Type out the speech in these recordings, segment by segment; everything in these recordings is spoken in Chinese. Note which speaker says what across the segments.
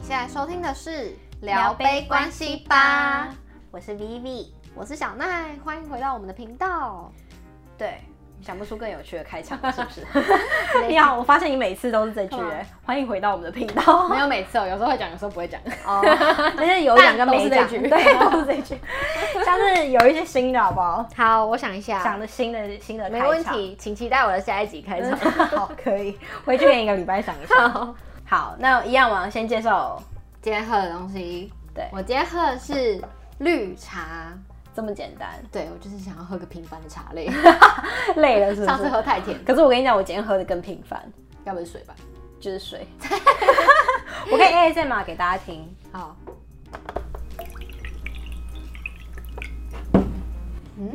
Speaker 1: 现在收听的是《
Speaker 2: 聊杯关系吧》，
Speaker 1: 我是 Vivi，我是小奈，欢迎回到我们的频道。
Speaker 2: 对，想不出更有趣的开 场了，是不是？啊你好，我发现你每次都是 这句、
Speaker 1: 干嘛
Speaker 2: 哎，欢迎回到我们的频道。
Speaker 3: 没有每次哦，有时候会讲，有时候不会讲。
Speaker 1: 哦，
Speaker 2: 而且有讲跟没讲，
Speaker 3: 但都是这句
Speaker 2: 对，都是这句。下次有一些新的好不好？
Speaker 1: 好，我想一下，
Speaker 2: 想的新的新的开
Speaker 1: 没
Speaker 2: 场
Speaker 1: 问，题，请期待我的下一集开场。
Speaker 2: 好，可以回去给你一个礼拜想一下。 好，那一样，我要先介绍
Speaker 1: 今天喝的东西，
Speaker 2: 对
Speaker 1: 我今天喝的是绿茶，
Speaker 2: 这么简单，
Speaker 1: 对我就是想要喝个平凡的茶 类，
Speaker 2: 累了是不是？
Speaker 1: 上次喝太甜，
Speaker 2: 可是我跟你讲，我今天喝的更频繁，
Speaker 1: 要不是水吧？
Speaker 2: 就是 水。我可以 ASMR 给大家听，
Speaker 1: 好，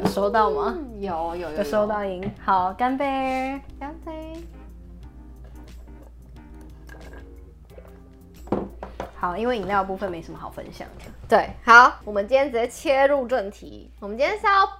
Speaker 2: 有收到吗？
Speaker 1: 嗯，有有有
Speaker 2: 有收到，音。好，干杯！
Speaker 1: 干杯。
Speaker 2: 好，因为饮料的部分没什么好分享的。
Speaker 1: 对，好，我们今天直接切入正题。我们今天是要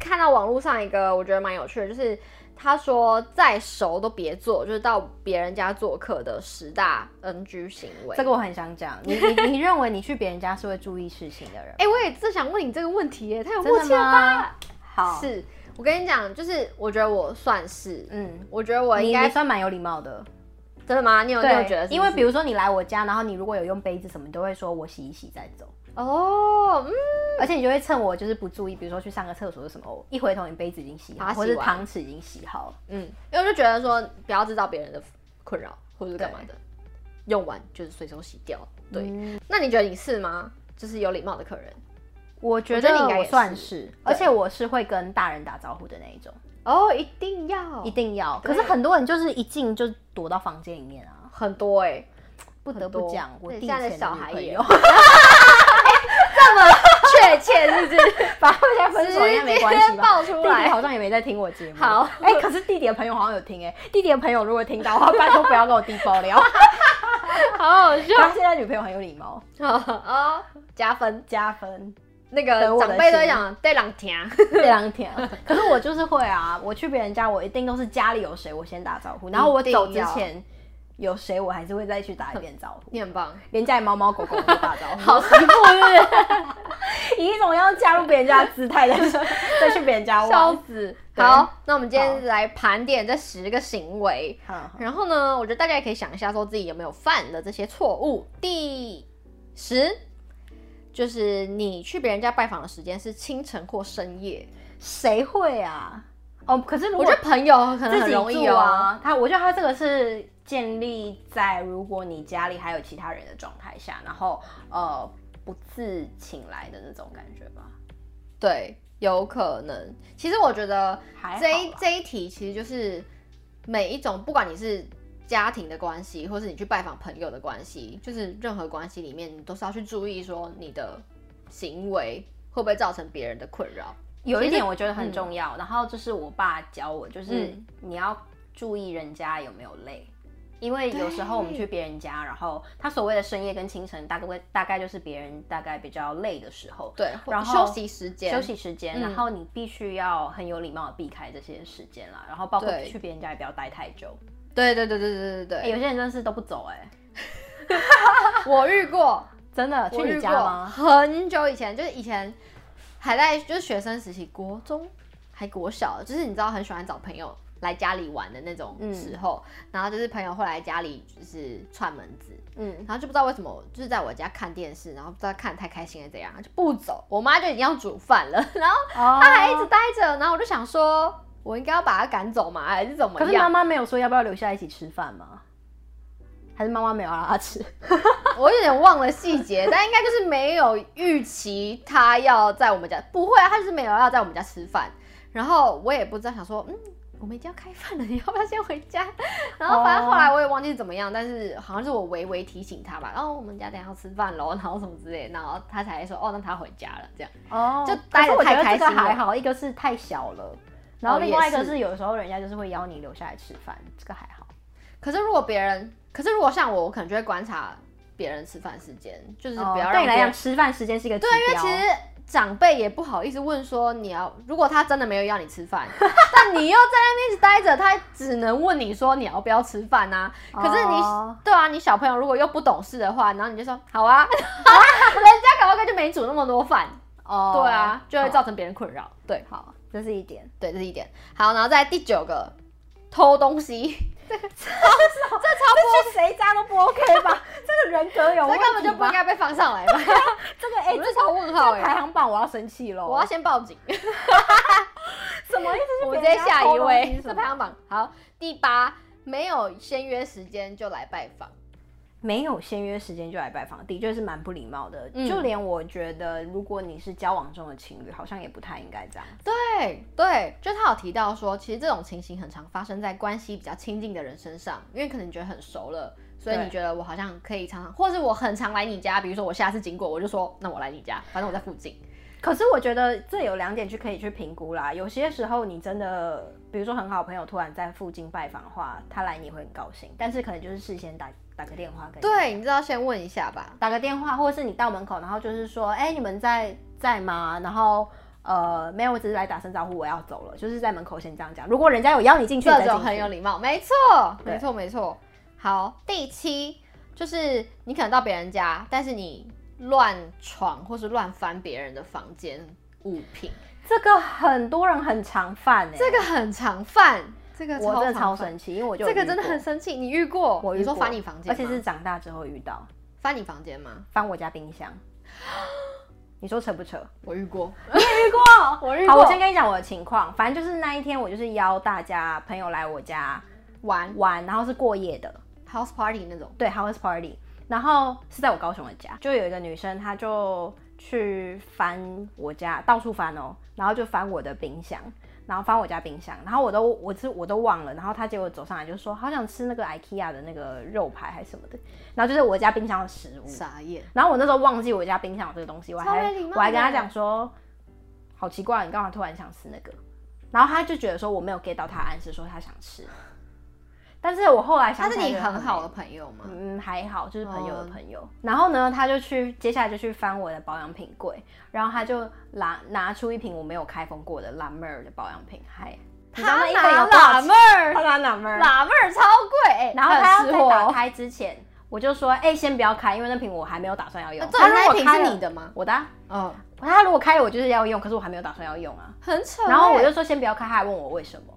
Speaker 1: 看到网络上一个我觉得蛮有趣的，就是他说再熟都别做，就是到别人家做客的十大 NG 行为。
Speaker 2: 这个我很想讲，你你你认为你去别人家是会注意事情的 人？
Speaker 1: 哎、我也正想问你这个问题耶，太有默
Speaker 2: 真
Speaker 1: 契
Speaker 2: 的
Speaker 1: 了吧？
Speaker 2: 吗？好，，
Speaker 1: 是我跟你讲，就是我觉得我算是，
Speaker 2: 嗯，
Speaker 1: 我觉得我
Speaker 2: 你
Speaker 1: 应
Speaker 2: 你
Speaker 1: 该
Speaker 2: 算蛮有礼貌的。
Speaker 1: 真的吗？你有你有觉得是不是？
Speaker 2: 因为比如说你来我家，然后你如果有用杯子什么，你都会说我洗一洗再走，
Speaker 1: 哦，嗯，
Speaker 2: 而且你就会趁我就是不注意，比如说去上个厕所什么，我一回头你杯子已经啊洗
Speaker 1: 把它
Speaker 2: 好，
Speaker 1: 洗
Speaker 2: 或者
Speaker 1: 完
Speaker 2: 糖匙已经洗好了。
Speaker 1: 嗯，因为我就觉得说不要制造别人的困扰或者是干嘛的，用完就是随手洗掉。对，
Speaker 2: 嗯
Speaker 1: 那你觉得你是吗？就是有礼貌的客人
Speaker 2: 我觉
Speaker 1: 我觉得
Speaker 2: 得
Speaker 1: 你应该
Speaker 2: 我
Speaker 1: 也
Speaker 2: 算
Speaker 1: 是
Speaker 2: 是，而且我是会跟大人打招呼的那一种，
Speaker 1: 哦，一定要
Speaker 2: 一定要。可
Speaker 1: 对
Speaker 2: 是很多人就是一进就躲到房间里面啊，
Speaker 1: 很多哎、
Speaker 2: 不得
Speaker 1: 很
Speaker 2: 不
Speaker 1: 多
Speaker 2: 讲，我
Speaker 1: 那你
Speaker 2: 弟以
Speaker 1: 现在的
Speaker 2: 前的
Speaker 1: 小
Speaker 2: 女
Speaker 1: 孩
Speaker 2: 朋
Speaker 1: 也
Speaker 2: 友
Speaker 1: 确切是不是？
Speaker 2: 把他们家分手应该没关
Speaker 1: 直
Speaker 2: 系
Speaker 1: 接
Speaker 2: 吧？
Speaker 1: 爆
Speaker 2: 弟
Speaker 1: 出
Speaker 2: 弟
Speaker 1: 来
Speaker 2: 好像也没在听我节目。
Speaker 1: 好
Speaker 2: 哎、可是弟弟的朋友好像有听哎、弟弟的朋友如果听到的 话，拜托不要跟我弟爆 料。
Speaker 1: 好好笑
Speaker 2: 他现在女朋友很有礼貌，
Speaker 1: 哦，加分。
Speaker 2: 加分。
Speaker 1: 那个
Speaker 2: 得我的
Speaker 1: 长辈都会
Speaker 2: 心
Speaker 1: 讲对朗听，
Speaker 2: 这两 天，可是我就是会啊，我去别人家，我一定都是家里有谁我先打招呼，然后我走之前有谁我还是会再去打一遍招呼，
Speaker 1: 你很棒，
Speaker 2: 连家里猫猫狗狗我都打招呼。
Speaker 1: 好辛苦是
Speaker 2: 以一种要加入别人家的姿态再去再去别人家
Speaker 1: 不 是？笑
Speaker 2: 玩。
Speaker 1: 死。
Speaker 2: 对
Speaker 1: 好，那我们今
Speaker 2: 好
Speaker 1: 天来盘点这十个行为，
Speaker 2: 好
Speaker 1: 然后呢，我觉得大家也可以想一下，说自己有没有犯了这些错误。第十就是你去别人家拜访的时间是清晨或深夜，
Speaker 2: 谁会啊？哦，可是如
Speaker 1: 我
Speaker 2: 果
Speaker 1: 觉得朋友可能
Speaker 2: 自
Speaker 1: 很
Speaker 2: 己
Speaker 1: 容易
Speaker 2: 住
Speaker 1: 哦、
Speaker 2: 啊，他我觉得他这个是建立在如果你家里还有其他人的状态下，然后呃不自请来的那种感觉吧。
Speaker 1: 对，有可能。其实我觉得
Speaker 2: 还好
Speaker 1: 这一
Speaker 2: 吧
Speaker 1: 这一题其实就是每一种，不管你是家庭的关系，或是你去拜访朋友的关系，就是任何关系里面，你都是要去注意说你的行为会不会造成别人的困扰。
Speaker 2: 有
Speaker 1: 其
Speaker 2: 一
Speaker 1: 实
Speaker 2: 点我觉得很重要，然后就是我爸教我，就是
Speaker 1: 嗯
Speaker 2: 你要注意人家有没有累，因为有时候我们去别人家，然后他所谓的深夜跟清晨，大概大概就是别人大概比较累的时候，
Speaker 1: 对，或
Speaker 2: 然后
Speaker 1: 休息时间，
Speaker 2: 休息时间，嗯然后你必须要很有礼貌的避开这些时间啦，然后包括
Speaker 1: 对
Speaker 2: 去别人家也不要待太久，
Speaker 1: 对对对对对对对
Speaker 2: 哎、有些人真的是都不走哎、
Speaker 1: 我遇过，
Speaker 2: 真的去
Speaker 1: 我遇过
Speaker 2: 你家吗？
Speaker 1: 很久以前，就是以前还在就是学生时期，国中还国小，就是你知道很喜欢找朋友来家里玩的那种
Speaker 2: 嗯
Speaker 1: 时候，然后就是朋友会来家里就是串门子，
Speaker 2: 嗯，
Speaker 1: 然后就不知道为什么就是在我家看电视，然后不知道看得太开心了怎样，就不走，我妈就已经要煮饭了，然后
Speaker 2: 哦
Speaker 1: 她还一直待着，然后我就想说。我应该要把她赶走吗？还是怎么
Speaker 2: 可是妈
Speaker 1: 样？
Speaker 2: 妈没有说要不要留下一起吃饭吗？还是妈妈没有让他吃？
Speaker 1: 我有点忘了细节，但应该就是没有预期他要在我们家，不会啊，他就是没有要在我们家吃饭。然后我也不知道，想说，嗯，我们已经要开饭了，你要不要先回家？然后反正后来
Speaker 2: 哦
Speaker 1: 我也忘记是怎么样，但是好像是我微微提醒他吧，然、哦、后我们家等一下要吃饭喽，然后什么之类的，然后他才说，哦，那他回家了，这样。
Speaker 2: 哦
Speaker 1: 就待得
Speaker 2: 可是我觉
Speaker 1: 太开
Speaker 2: 这个
Speaker 1: 心了
Speaker 2: 还好，一个是太小了，然后
Speaker 1: 哦
Speaker 2: 另外一
Speaker 1: 也
Speaker 2: 个
Speaker 1: 是
Speaker 2: 是有时候人家就是会邀你留下来吃饭，这个还好。
Speaker 1: 可是如果别人，可是如果像我，我可能就会观察别人吃饭时间，就是
Speaker 2: 就
Speaker 1: 不要让
Speaker 2: 哦对你来
Speaker 1: 别人
Speaker 2: 讲，吃饭时间是一个指
Speaker 1: 对，因为
Speaker 2: 标
Speaker 1: 其实长辈也不好意思问说你要，如果他真的没有要你吃饭， 但你又在那边一直待着，他只能问你说你要不要吃饭啊？可是你、
Speaker 2: 哦
Speaker 1: 对啊，你小朋友如果又不懂事的话，然后你就说 好 啊，人家搞不好就没煮那么多饭，
Speaker 2: 哦
Speaker 1: 对啊，就会造成别人困扰。对，
Speaker 2: 好，好这是一点。
Speaker 1: 对，这是一点。好，然后在第九个，偷东西，
Speaker 2: 这去谁家都不 OK 吧？这个人格有
Speaker 1: 这
Speaker 2: 问
Speaker 1: 根本
Speaker 2: 题
Speaker 1: 就不
Speaker 2: 吧
Speaker 1: 应？该被放上 来吧？
Speaker 2: 这个哎，
Speaker 1: 我
Speaker 2: 这
Speaker 1: 是超问号 哎、
Speaker 2: 这个排行榜我要生气喽！
Speaker 1: 我要先报警。
Speaker 2: 什么意思？是
Speaker 1: 我
Speaker 2: 别
Speaker 1: 们
Speaker 2: 人
Speaker 1: 接
Speaker 2: 家
Speaker 1: 下
Speaker 2: 偷
Speaker 1: 一
Speaker 2: 东
Speaker 1: 位
Speaker 2: 西
Speaker 1: 是
Speaker 2: 什
Speaker 1: 排
Speaker 2: 么
Speaker 1: 行榜好第八，没有先约时间就来拜访。
Speaker 2: 没有先约时间就来拜访，的确是蛮不礼貌的。
Speaker 1: 嗯
Speaker 2: 就连我觉得，如果你是交往中的情侣，好像也不太应该这样。
Speaker 1: 对对，就他有提到说，其实这种情形很常发生在关系比较亲近的人身上，因为可能你觉得很熟了，所以
Speaker 2: 对
Speaker 1: 你觉得我好像可以常常，或是我很常来你家，比如说我下次经过，我就说那我来你家，反正我在附近。
Speaker 2: 可是我觉得这有两点去可以去评估啦。有些时候你真的，比如说很好的朋友突然在附近拜访的话，他来你会很高兴，但是可能就是事先打打个电话跟你
Speaker 1: 对，你知道先问一下吧。
Speaker 2: 打个电话，或者是你到门口，然后就是说，哎、你们在在吗？然后呃，没有，我只是来打声招呼，我要走了，就是在门口先这样讲。如果人家有邀你进去，
Speaker 1: 这
Speaker 2: 你再
Speaker 1: 种
Speaker 2: 进
Speaker 1: 很
Speaker 2: 去
Speaker 1: 有礼貌，没错，
Speaker 2: 对
Speaker 1: 没错，没错。好，第七就是你可能到别人家，但是你乱闯或是乱翻别人的房间物品，
Speaker 2: 这个很多人很常犯哎、
Speaker 1: 这个很常犯，这个
Speaker 2: 我真的超
Speaker 1: 常犯
Speaker 2: 生气，因为我就有
Speaker 1: 这个
Speaker 2: 遇
Speaker 1: 真的
Speaker 2: 过
Speaker 1: 很，生气，你遇过？
Speaker 2: 我遇
Speaker 1: 你说
Speaker 2: 过
Speaker 1: 翻你房间
Speaker 2: 而
Speaker 1: 吗，
Speaker 2: 且是长大之后遇到
Speaker 1: 翻你房间吗？
Speaker 2: 翻我家冰 箱，你说扯不扯？
Speaker 1: 我遇过，
Speaker 2: 遇过，
Speaker 1: 哦我遇
Speaker 2: 好，
Speaker 1: 过。
Speaker 2: 我先跟你讲我的情况，反正就是那一天我就是邀大家朋友来我家
Speaker 1: 玩
Speaker 2: 玩，然后是过夜的，
Speaker 1: house party 那种，
Speaker 2: 对 house party，然后是在我高雄的家，就有一个女生，她就去翻我家，到处翻哦，然后就翻我的冰箱，然后翻我家冰箱，然后我都我是我都忘了，然后她结果走上来就说好想吃那个 IKEA 的那个肉排还是什么的，然后就是我家冰箱的食物，
Speaker 1: 傻眼。
Speaker 2: 然后我那时候忘记我家冰箱有这个东西，我
Speaker 1: 超
Speaker 2: 还
Speaker 1: 没礼貌的
Speaker 2: 我还跟她讲说，好奇怪，你干嘛突然想吃那个？然后她就觉得说我没有 get 到她的暗示，说她想吃。但是我后来想
Speaker 1: 他
Speaker 2: 起
Speaker 1: 是
Speaker 2: 来，
Speaker 1: 你很好的朋友吗？
Speaker 2: 嗯，还好，就是朋友的
Speaker 1: 哦
Speaker 2: 朋友。然后呢，他就去，接下来就去翻我的保养品柜，然后他就拿拿出一瓶我没有开封过的蓝妹儿的保养品，嗨，你知道那一
Speaker 1: 拿
Speaker 2: 瓶有多
Speaker 1: 辣
Speaker 2: 少
Speaker 1: 妹
Speaker 2: 钱？
Speaker 1: 儿
Speaker 2: 他，拿蓝妹儿，
Speaker 1: 辣妹儿超贵，哎
Speaker 2: 然后他
Speaker 1: 很吃
Speaker 2: 要在
Speaker 1: 货
Speaker 2: 打
Speaker 1: 哦。
Speaker 2: 开之前，我就说，哎、先不要开，因为那瓶我还没有打算要用。
Speaker 1: 这
Speaker 2: 他如
Speaker 1: 那
Speaker 2: 果
Speaker 1: 一瓶
Speaker 2: 开
Speaker 1: 是
Speaker 2: 了
Speaker 1: 你的吗？
Speaker 2: 我的啊、
Speaker 1: 嗯，
Speaker 2: 他如果开了，我就是要用，可是我还没有打算要用啊。
Speaker 1: 很扯欸。
Speaker 2: 然后我就说先不要开，他还问我为什么，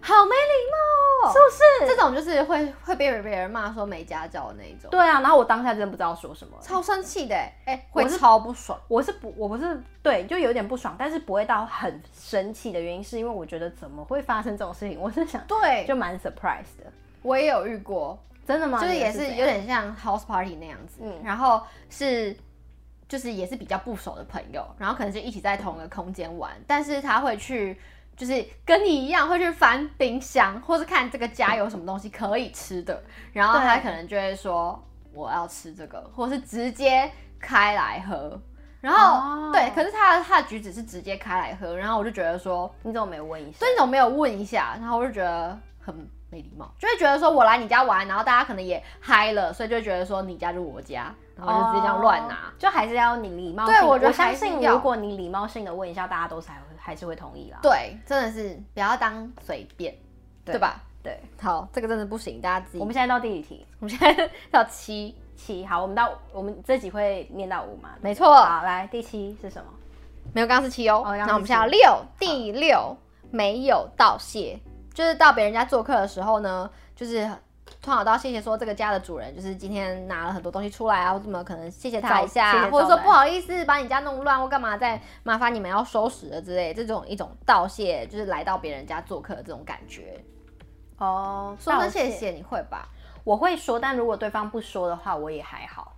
Speaker 1: 好没礼貌哦，
Speaker 2: 是
Speaker 1: 这种就是会会被别人骂说没家教的那一种，
Speaker 2: 对啊，然后我当下真的不知道说什么了。
Speaker 1: 超生气的欸，哎，
Speaker 2: 我
Speaker 1: 会
Speaker 2: 是
Speaker 1: 超不爽。
Speaker 2: 我是不，我不是对，就有点不爽，但是不会到很生气的原因，是因为我觉得怎么会发生这种事情，我是想
Speaker 1: 对
Speaker 2: 就，蛮 surprise 的。
Speaker 1: 我也有遇过，
Speaker 2: 真的吗？
Speaker 1: 就是
Speaker 2: 你
Speaker 1: 也
Speaker 2: 是
Speaker 1: 是
Speaker 2: 怎
Speaker 1: 有
Speaker 2: 样
Speaker 1: 点像 house party 那样子，
Speaker 2: 嗯
Speaker 1: 然后是就是也是比较不熟的朋友，然后可能就一起在同一个空间玩，但是他会去就是跟你一样会去翻冰箱，或是看这个家有什么东西可以吃的，然后他
Speaker 2: 对
Speaker 1: 可能就会说我要吃这个，或是直接开来喝。然后、
Speaker 2: 哦
Speaker 1: 对，可是他他的举止是直接开来喝，然后我就觉得说，
Speaker 2: 你怎么没问一下
Speaker 1: 所以？你怎么没有问一下？然后我就觉得很没礼貌，就会觉得说我来你家玩，然后大家可能也嗨了，所以就会觉得说你家就是我家，然后就直接这样乱拿
Speaker 2: 哦。就还是要你礼貌性。
Speaker 1: 对我觉得
Speaker 2: 相
Speaker 1: 还是
Speaker 2: 信
Speaker 1: 要
Speaker 2: 如果你礼貌性的问一下，大家都才会还是会同意啦。
Speaker 1: 对，真的是不要当随便，对
Speaker 2: 对
Speaker 1: 吧？
Speaker 2: 对，
Speaker 1: 好，这个真的不行，大家自己。
Speaker 2: 我们现在到第几题？
Speaker 1: 我们现在到七，
Speaker 2: 七。好，我们到我们这集会念到五嘛？
Speaker 1: 没错，
Speaker 2: 好，来第七是什么？
Speaker 1: 没有刚刚是七哦。
Speaker 2: 哦刚刚
Speaker 1: 那我们
Speaker 2: 是
Speaker 1: 现在到
Speaker 2: 七
Speaker 1: 六，第六没有道谢，就是到别人家做客的时候呢，就是。通常都要谢谢说这个家的主人，就是今天拿了很多东西出来啊，或怎么可能谢谢他一下
Speaker 2: 招谢
Speaker 1: 啊，
Speaker 2: 谢
Speaker 1: 或者说
Speaker 2: 招待
Speaker 1: 不好意思把你家弄乱或干嘛，再麻烦你们要收拾了之类，这种一种道谢，就是来到别人家做客的这种感觉。
Speaker 2: 哦，
Speaker 1: 说声
Speaker 2: 道
Speaker 1: 谢
Speaker 2: 歉
Speaker 1: 谢，你会吧？
Speaker 2: 我会说，但如果对方不说的话，我也还好，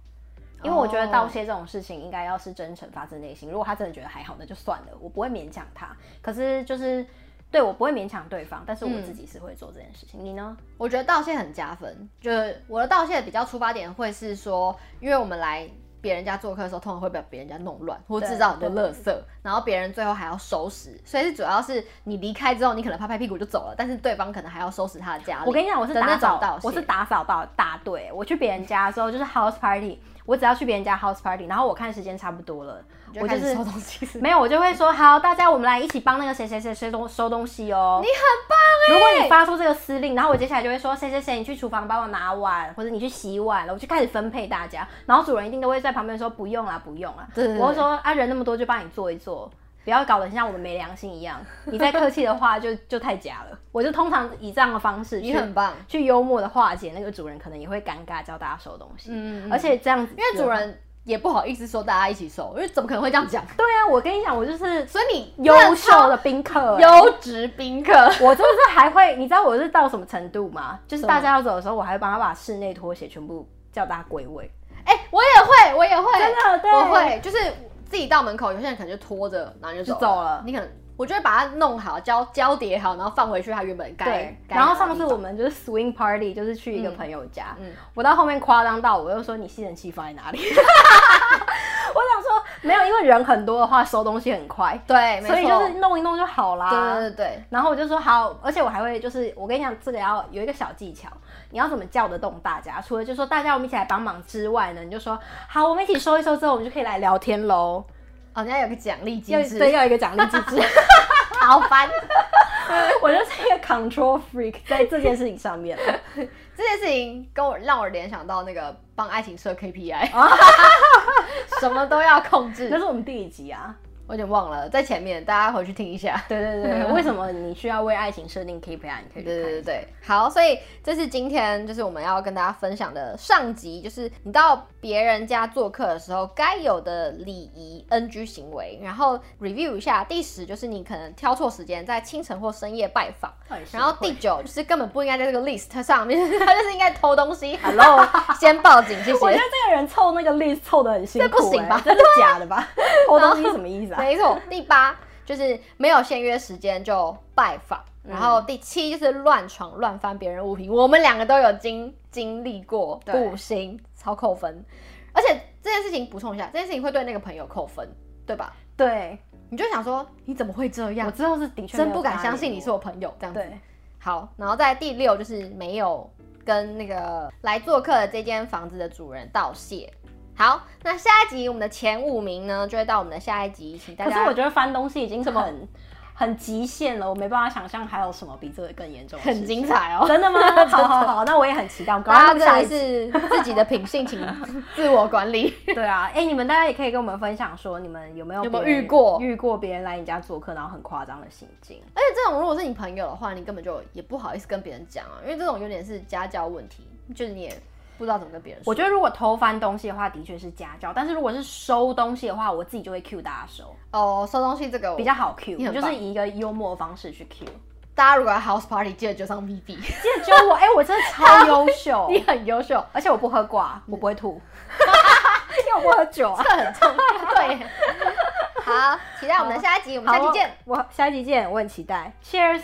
Speaker 2: 因为我觉得道谢这种事情应该要是真诚发自内心。如果他真的觉得还好，那就算了，我不会勉强他。可是就是对我不会勉强对方，但是我
Speaker 1: 嗯
Speaker 2: 自己是会做这件事情。你呢？
Speaker 1: 我觉得道谢很加分，就是我的道谢比较出发点会是说，因为我们来别人家做客的时候，通常会把别人家弄乱或制造很多垃圾，然后别人最后还要收拾，所以是主要是你离开之后，你可能拍拍屁股就走了，但是对方可能还要收拾他的家里。
Speaker 2: 我跟你讲，我是
Speaker 1: 的那
Speaker 2: 打
Speaker 1: 种
Speaker 2: 扫
Speaker 1: 道，谢
Speaker 2: 我是打扫到大队。我去别人家的时候，就是 house party，我只要去别人家 house party，然后我看时间差不多了，我就
Speaker 1: 开始
Speaker 2: 是
Speaker 1: 收东西 是吗
Speaker 2: 没有，我就会说好，大家我们来一起帮那个谁谁谁收东收东西哦。你
Speaker 1: 欸
Speaker 2: 很棒哎、如果你发出这个司令，然后我接下来就会说谁谁谁，你去厨房帮我拿碗，或者你去洗碗了，我就开始分配大家。然后主人一定都会在旁边说不用啦，不用啦。
Speaker 1: 对对对
Speaker 2: 我会说啊，人那么多就帮你做一做。不要搞得像我们没良心 一样，你再客气的话就就太假了。我就通常以这样的方式
Speaker 1: 你
Speaker 2: 去
Speaker 1: 很棒，
Speaker 2: 去幽默的化解那个主人可能也会尴尬叫大家收东西，
Speaker 1: 嗯，
Speaker 2: 而
Speaker 1: 而且
Speaker 2: 且这样子
Speaker 1: 因为主人也不好意思说大家一起收，因为怎么可能会这样讲？
Speaker 2: 对啊，我跟你讲，我就是
Speaker 1: 所以你
Speaker 2: 优秀
Speaker 1: 超
Speaker 2: 的宾客、欸
Speaker 1: 优质宾客，
Speaker 2: 我真的是还会，你知道我是到什么程度吗？就是
Speaker 1: 什么
Speaker 2: 大家要走的时候，我还会帮他把室内拖鞋全部叫大家归位。
Speaker 1: 哎、我也会，我也会，
Speaker 2: 真的，对，
Speaker 1: 我会，就是自己到门口，有些人可能就拖着，然后就走
Speaker 2: 就走了
Speaker 1: 你可能我就会把它弄好，交交叠好，然后放回去它原本该
Speaker 2: 对。。
Speaker 1: 该
Speaker 2: 然
Speaker 1: 拿
Speaker 2: 后
Speaker 1: 的
Speaker 2: 上次
Speaker 1: 地方
Speaker 2: 我们就是 swing party，就是去一个朋友家，
Speaker 1: 嗯嗯
Speaker 2: 我到后面夸张到，我又说你吸尘器放在哪里？ 我想说没有，因为人很多的话，收东西很快，
Speaker 1: 对，没
Speaker 2: 所以
Speaker 1: 错
Speaker 2: 就是弄一弄就好啦。
Speaker 1: 对对对对，
Speaker 2: 然后我就说好，而且我还会就是，我跟你讲，这个要有一个小技巧，你要怎么叫得动大家？除了就说大家我们一起来帮忙之外呢，你就说好，我们一起收一收之后，我们就可以来聊天喽。
Speaker 1: 哦，你要有个奖励机
Speaker 2: 要
Speaker 1: 制，
Speaker 2: 对，要有一个奖励机制。
Speaker 1: 好烦。
Speaker 2: 我就是一个 control freak 在这件事情上 面了。
Speaker 1: 这件事情跟我让我联想到那个帮爱情设 KPI，
Speaker 2: 啊
Speaker 1: 什么都要控
Speaker 2: 那
Speaker 1: 制。
Speaker 2: 是我们第一集啊。
Speaker 1: 我有点忘了，在前面大家回去听一下。
Speaker 2: 对对对，为什么你需要为爱情设定 KPI？你可
Speaker 1: 对
Speaker 2: 以去看
Speaker 1: 对
Speaker 2: 一下
Speaker 1: 对对，好，所以这是今天就是我们要跟大家分享的上集，就是你到别人家做客的时候该有的礼仪 NG 行为，然后 review 一下。第十就是你可能挑错时间，在清晨或深夜拜访。
Speaker 2: 到底是
Speaker 1: 然后第
Speaker 2: 会
Speaker 1: 九就是根本不应该在这个 list 上面， 他就是应该偷东西。
Speaker 2: Hello，
Speaker 1: 先报警，谢
Speaker 2: 我觉
Speaker 1: 谢
Speaker 2: 得。这个人凑那个 list 凑的很辛苦、欸，
Speaker 1: 这不行吧
Speaker 2: 这是假的 吧？偷东西是什么意思啊？
Speaker 1: 没错，第八就是没有限约时间就拜访，
Speaker 2: 嗯
Speaker 1: 然后第七就是乱闯乱翻别人物品，我们两个都有经经历过，
Speaker 2: 对
Speaker 1: 不行，超扣分。而且这件事情补充一下，这件事情会对那个朋友扣分，对吧？
Speaker 2: 对，
Speaker 1: 你就想说你怎么会这
Speaker 2: 我
Speaker 1: 样？
Speaker 2: 之后是的确
Speaker 1: 真
Speaker 2: 没有
Speaker 1: 不敢
Speaker 2: 搭
Speaker 1: 相
Speaker 2: 理
Speaker 1: 信你
Speaker 2: 我
Speaker 1: 是我朋友这样子。
Speaker 2: 对，
Speaker 1: 好，然后在第六就是没有跟那个来做客的这间房子的主人道谢。好，那下一集我们的前五名呢，就会到我们的下一集，请大
Speaker 2: 可
Speaker 1: 家。
Speaker 2: 是我觉得翻东西已经
Speaker 1: 什么
Speaker 2: 很很极限了，我没办法想象还有什么比这个更严重的事情。
Speaker 1: 很精彩 哦。
Speaker 2: 真的吗？好好好，那我也很期待。我们赶
Speaker 1: 大家
Speaker 2: 快录下一
Speaker 1: 真的
Speaker 2: 次。
Speaker 1: 是 自己的品性，请自我管理。
Speaker 2: 对啊，哎、你们大家也可以跟我们分享说，你们有没有
Speaker 1: 有没有
Speaker 2: 别人
Speaker 1: 遇过
Speaker 2: 遇过别人来你家做客，然后很夸张的行径？
Speaker 1: 而且这种如果是你朋友的话，你根本就也不好意思跟别人讲啊，因为这种有点是家教问题，就是你也不知道怎么跟别人说。
Speaker 2: 我觉得如果偷翻东西的话，的确是家教；但是如果是收东西的话，我自己就会 Q 大家收，
Speaker 1: 哦，收东西这个我
Speaker 2: 比较好 Q，
Speaker 1: 你很
Speaker 2: 就
Speaker 1: 棒
Speaker 2: 是以一个幽默的方式去 Q。
Speaker 1: 大家如果要 house party，记得就上 VB，
Speaker 2: 记得揪我，哎、我真的超优
Speaker 1: ，
Speaker 2: 秀
Speaker 1: 你很优秀，
Speaker 2: 而且我不喝挂，我不 会吐，因为我不喝酒啊
Speaker 1: 这。很重要。 对，好，期待我们的下一集，我们下期见。
Speaker 2: 哦
Speaker 1: 哦
Speaker 2: 我，我下一集见，我很期待。Cheers。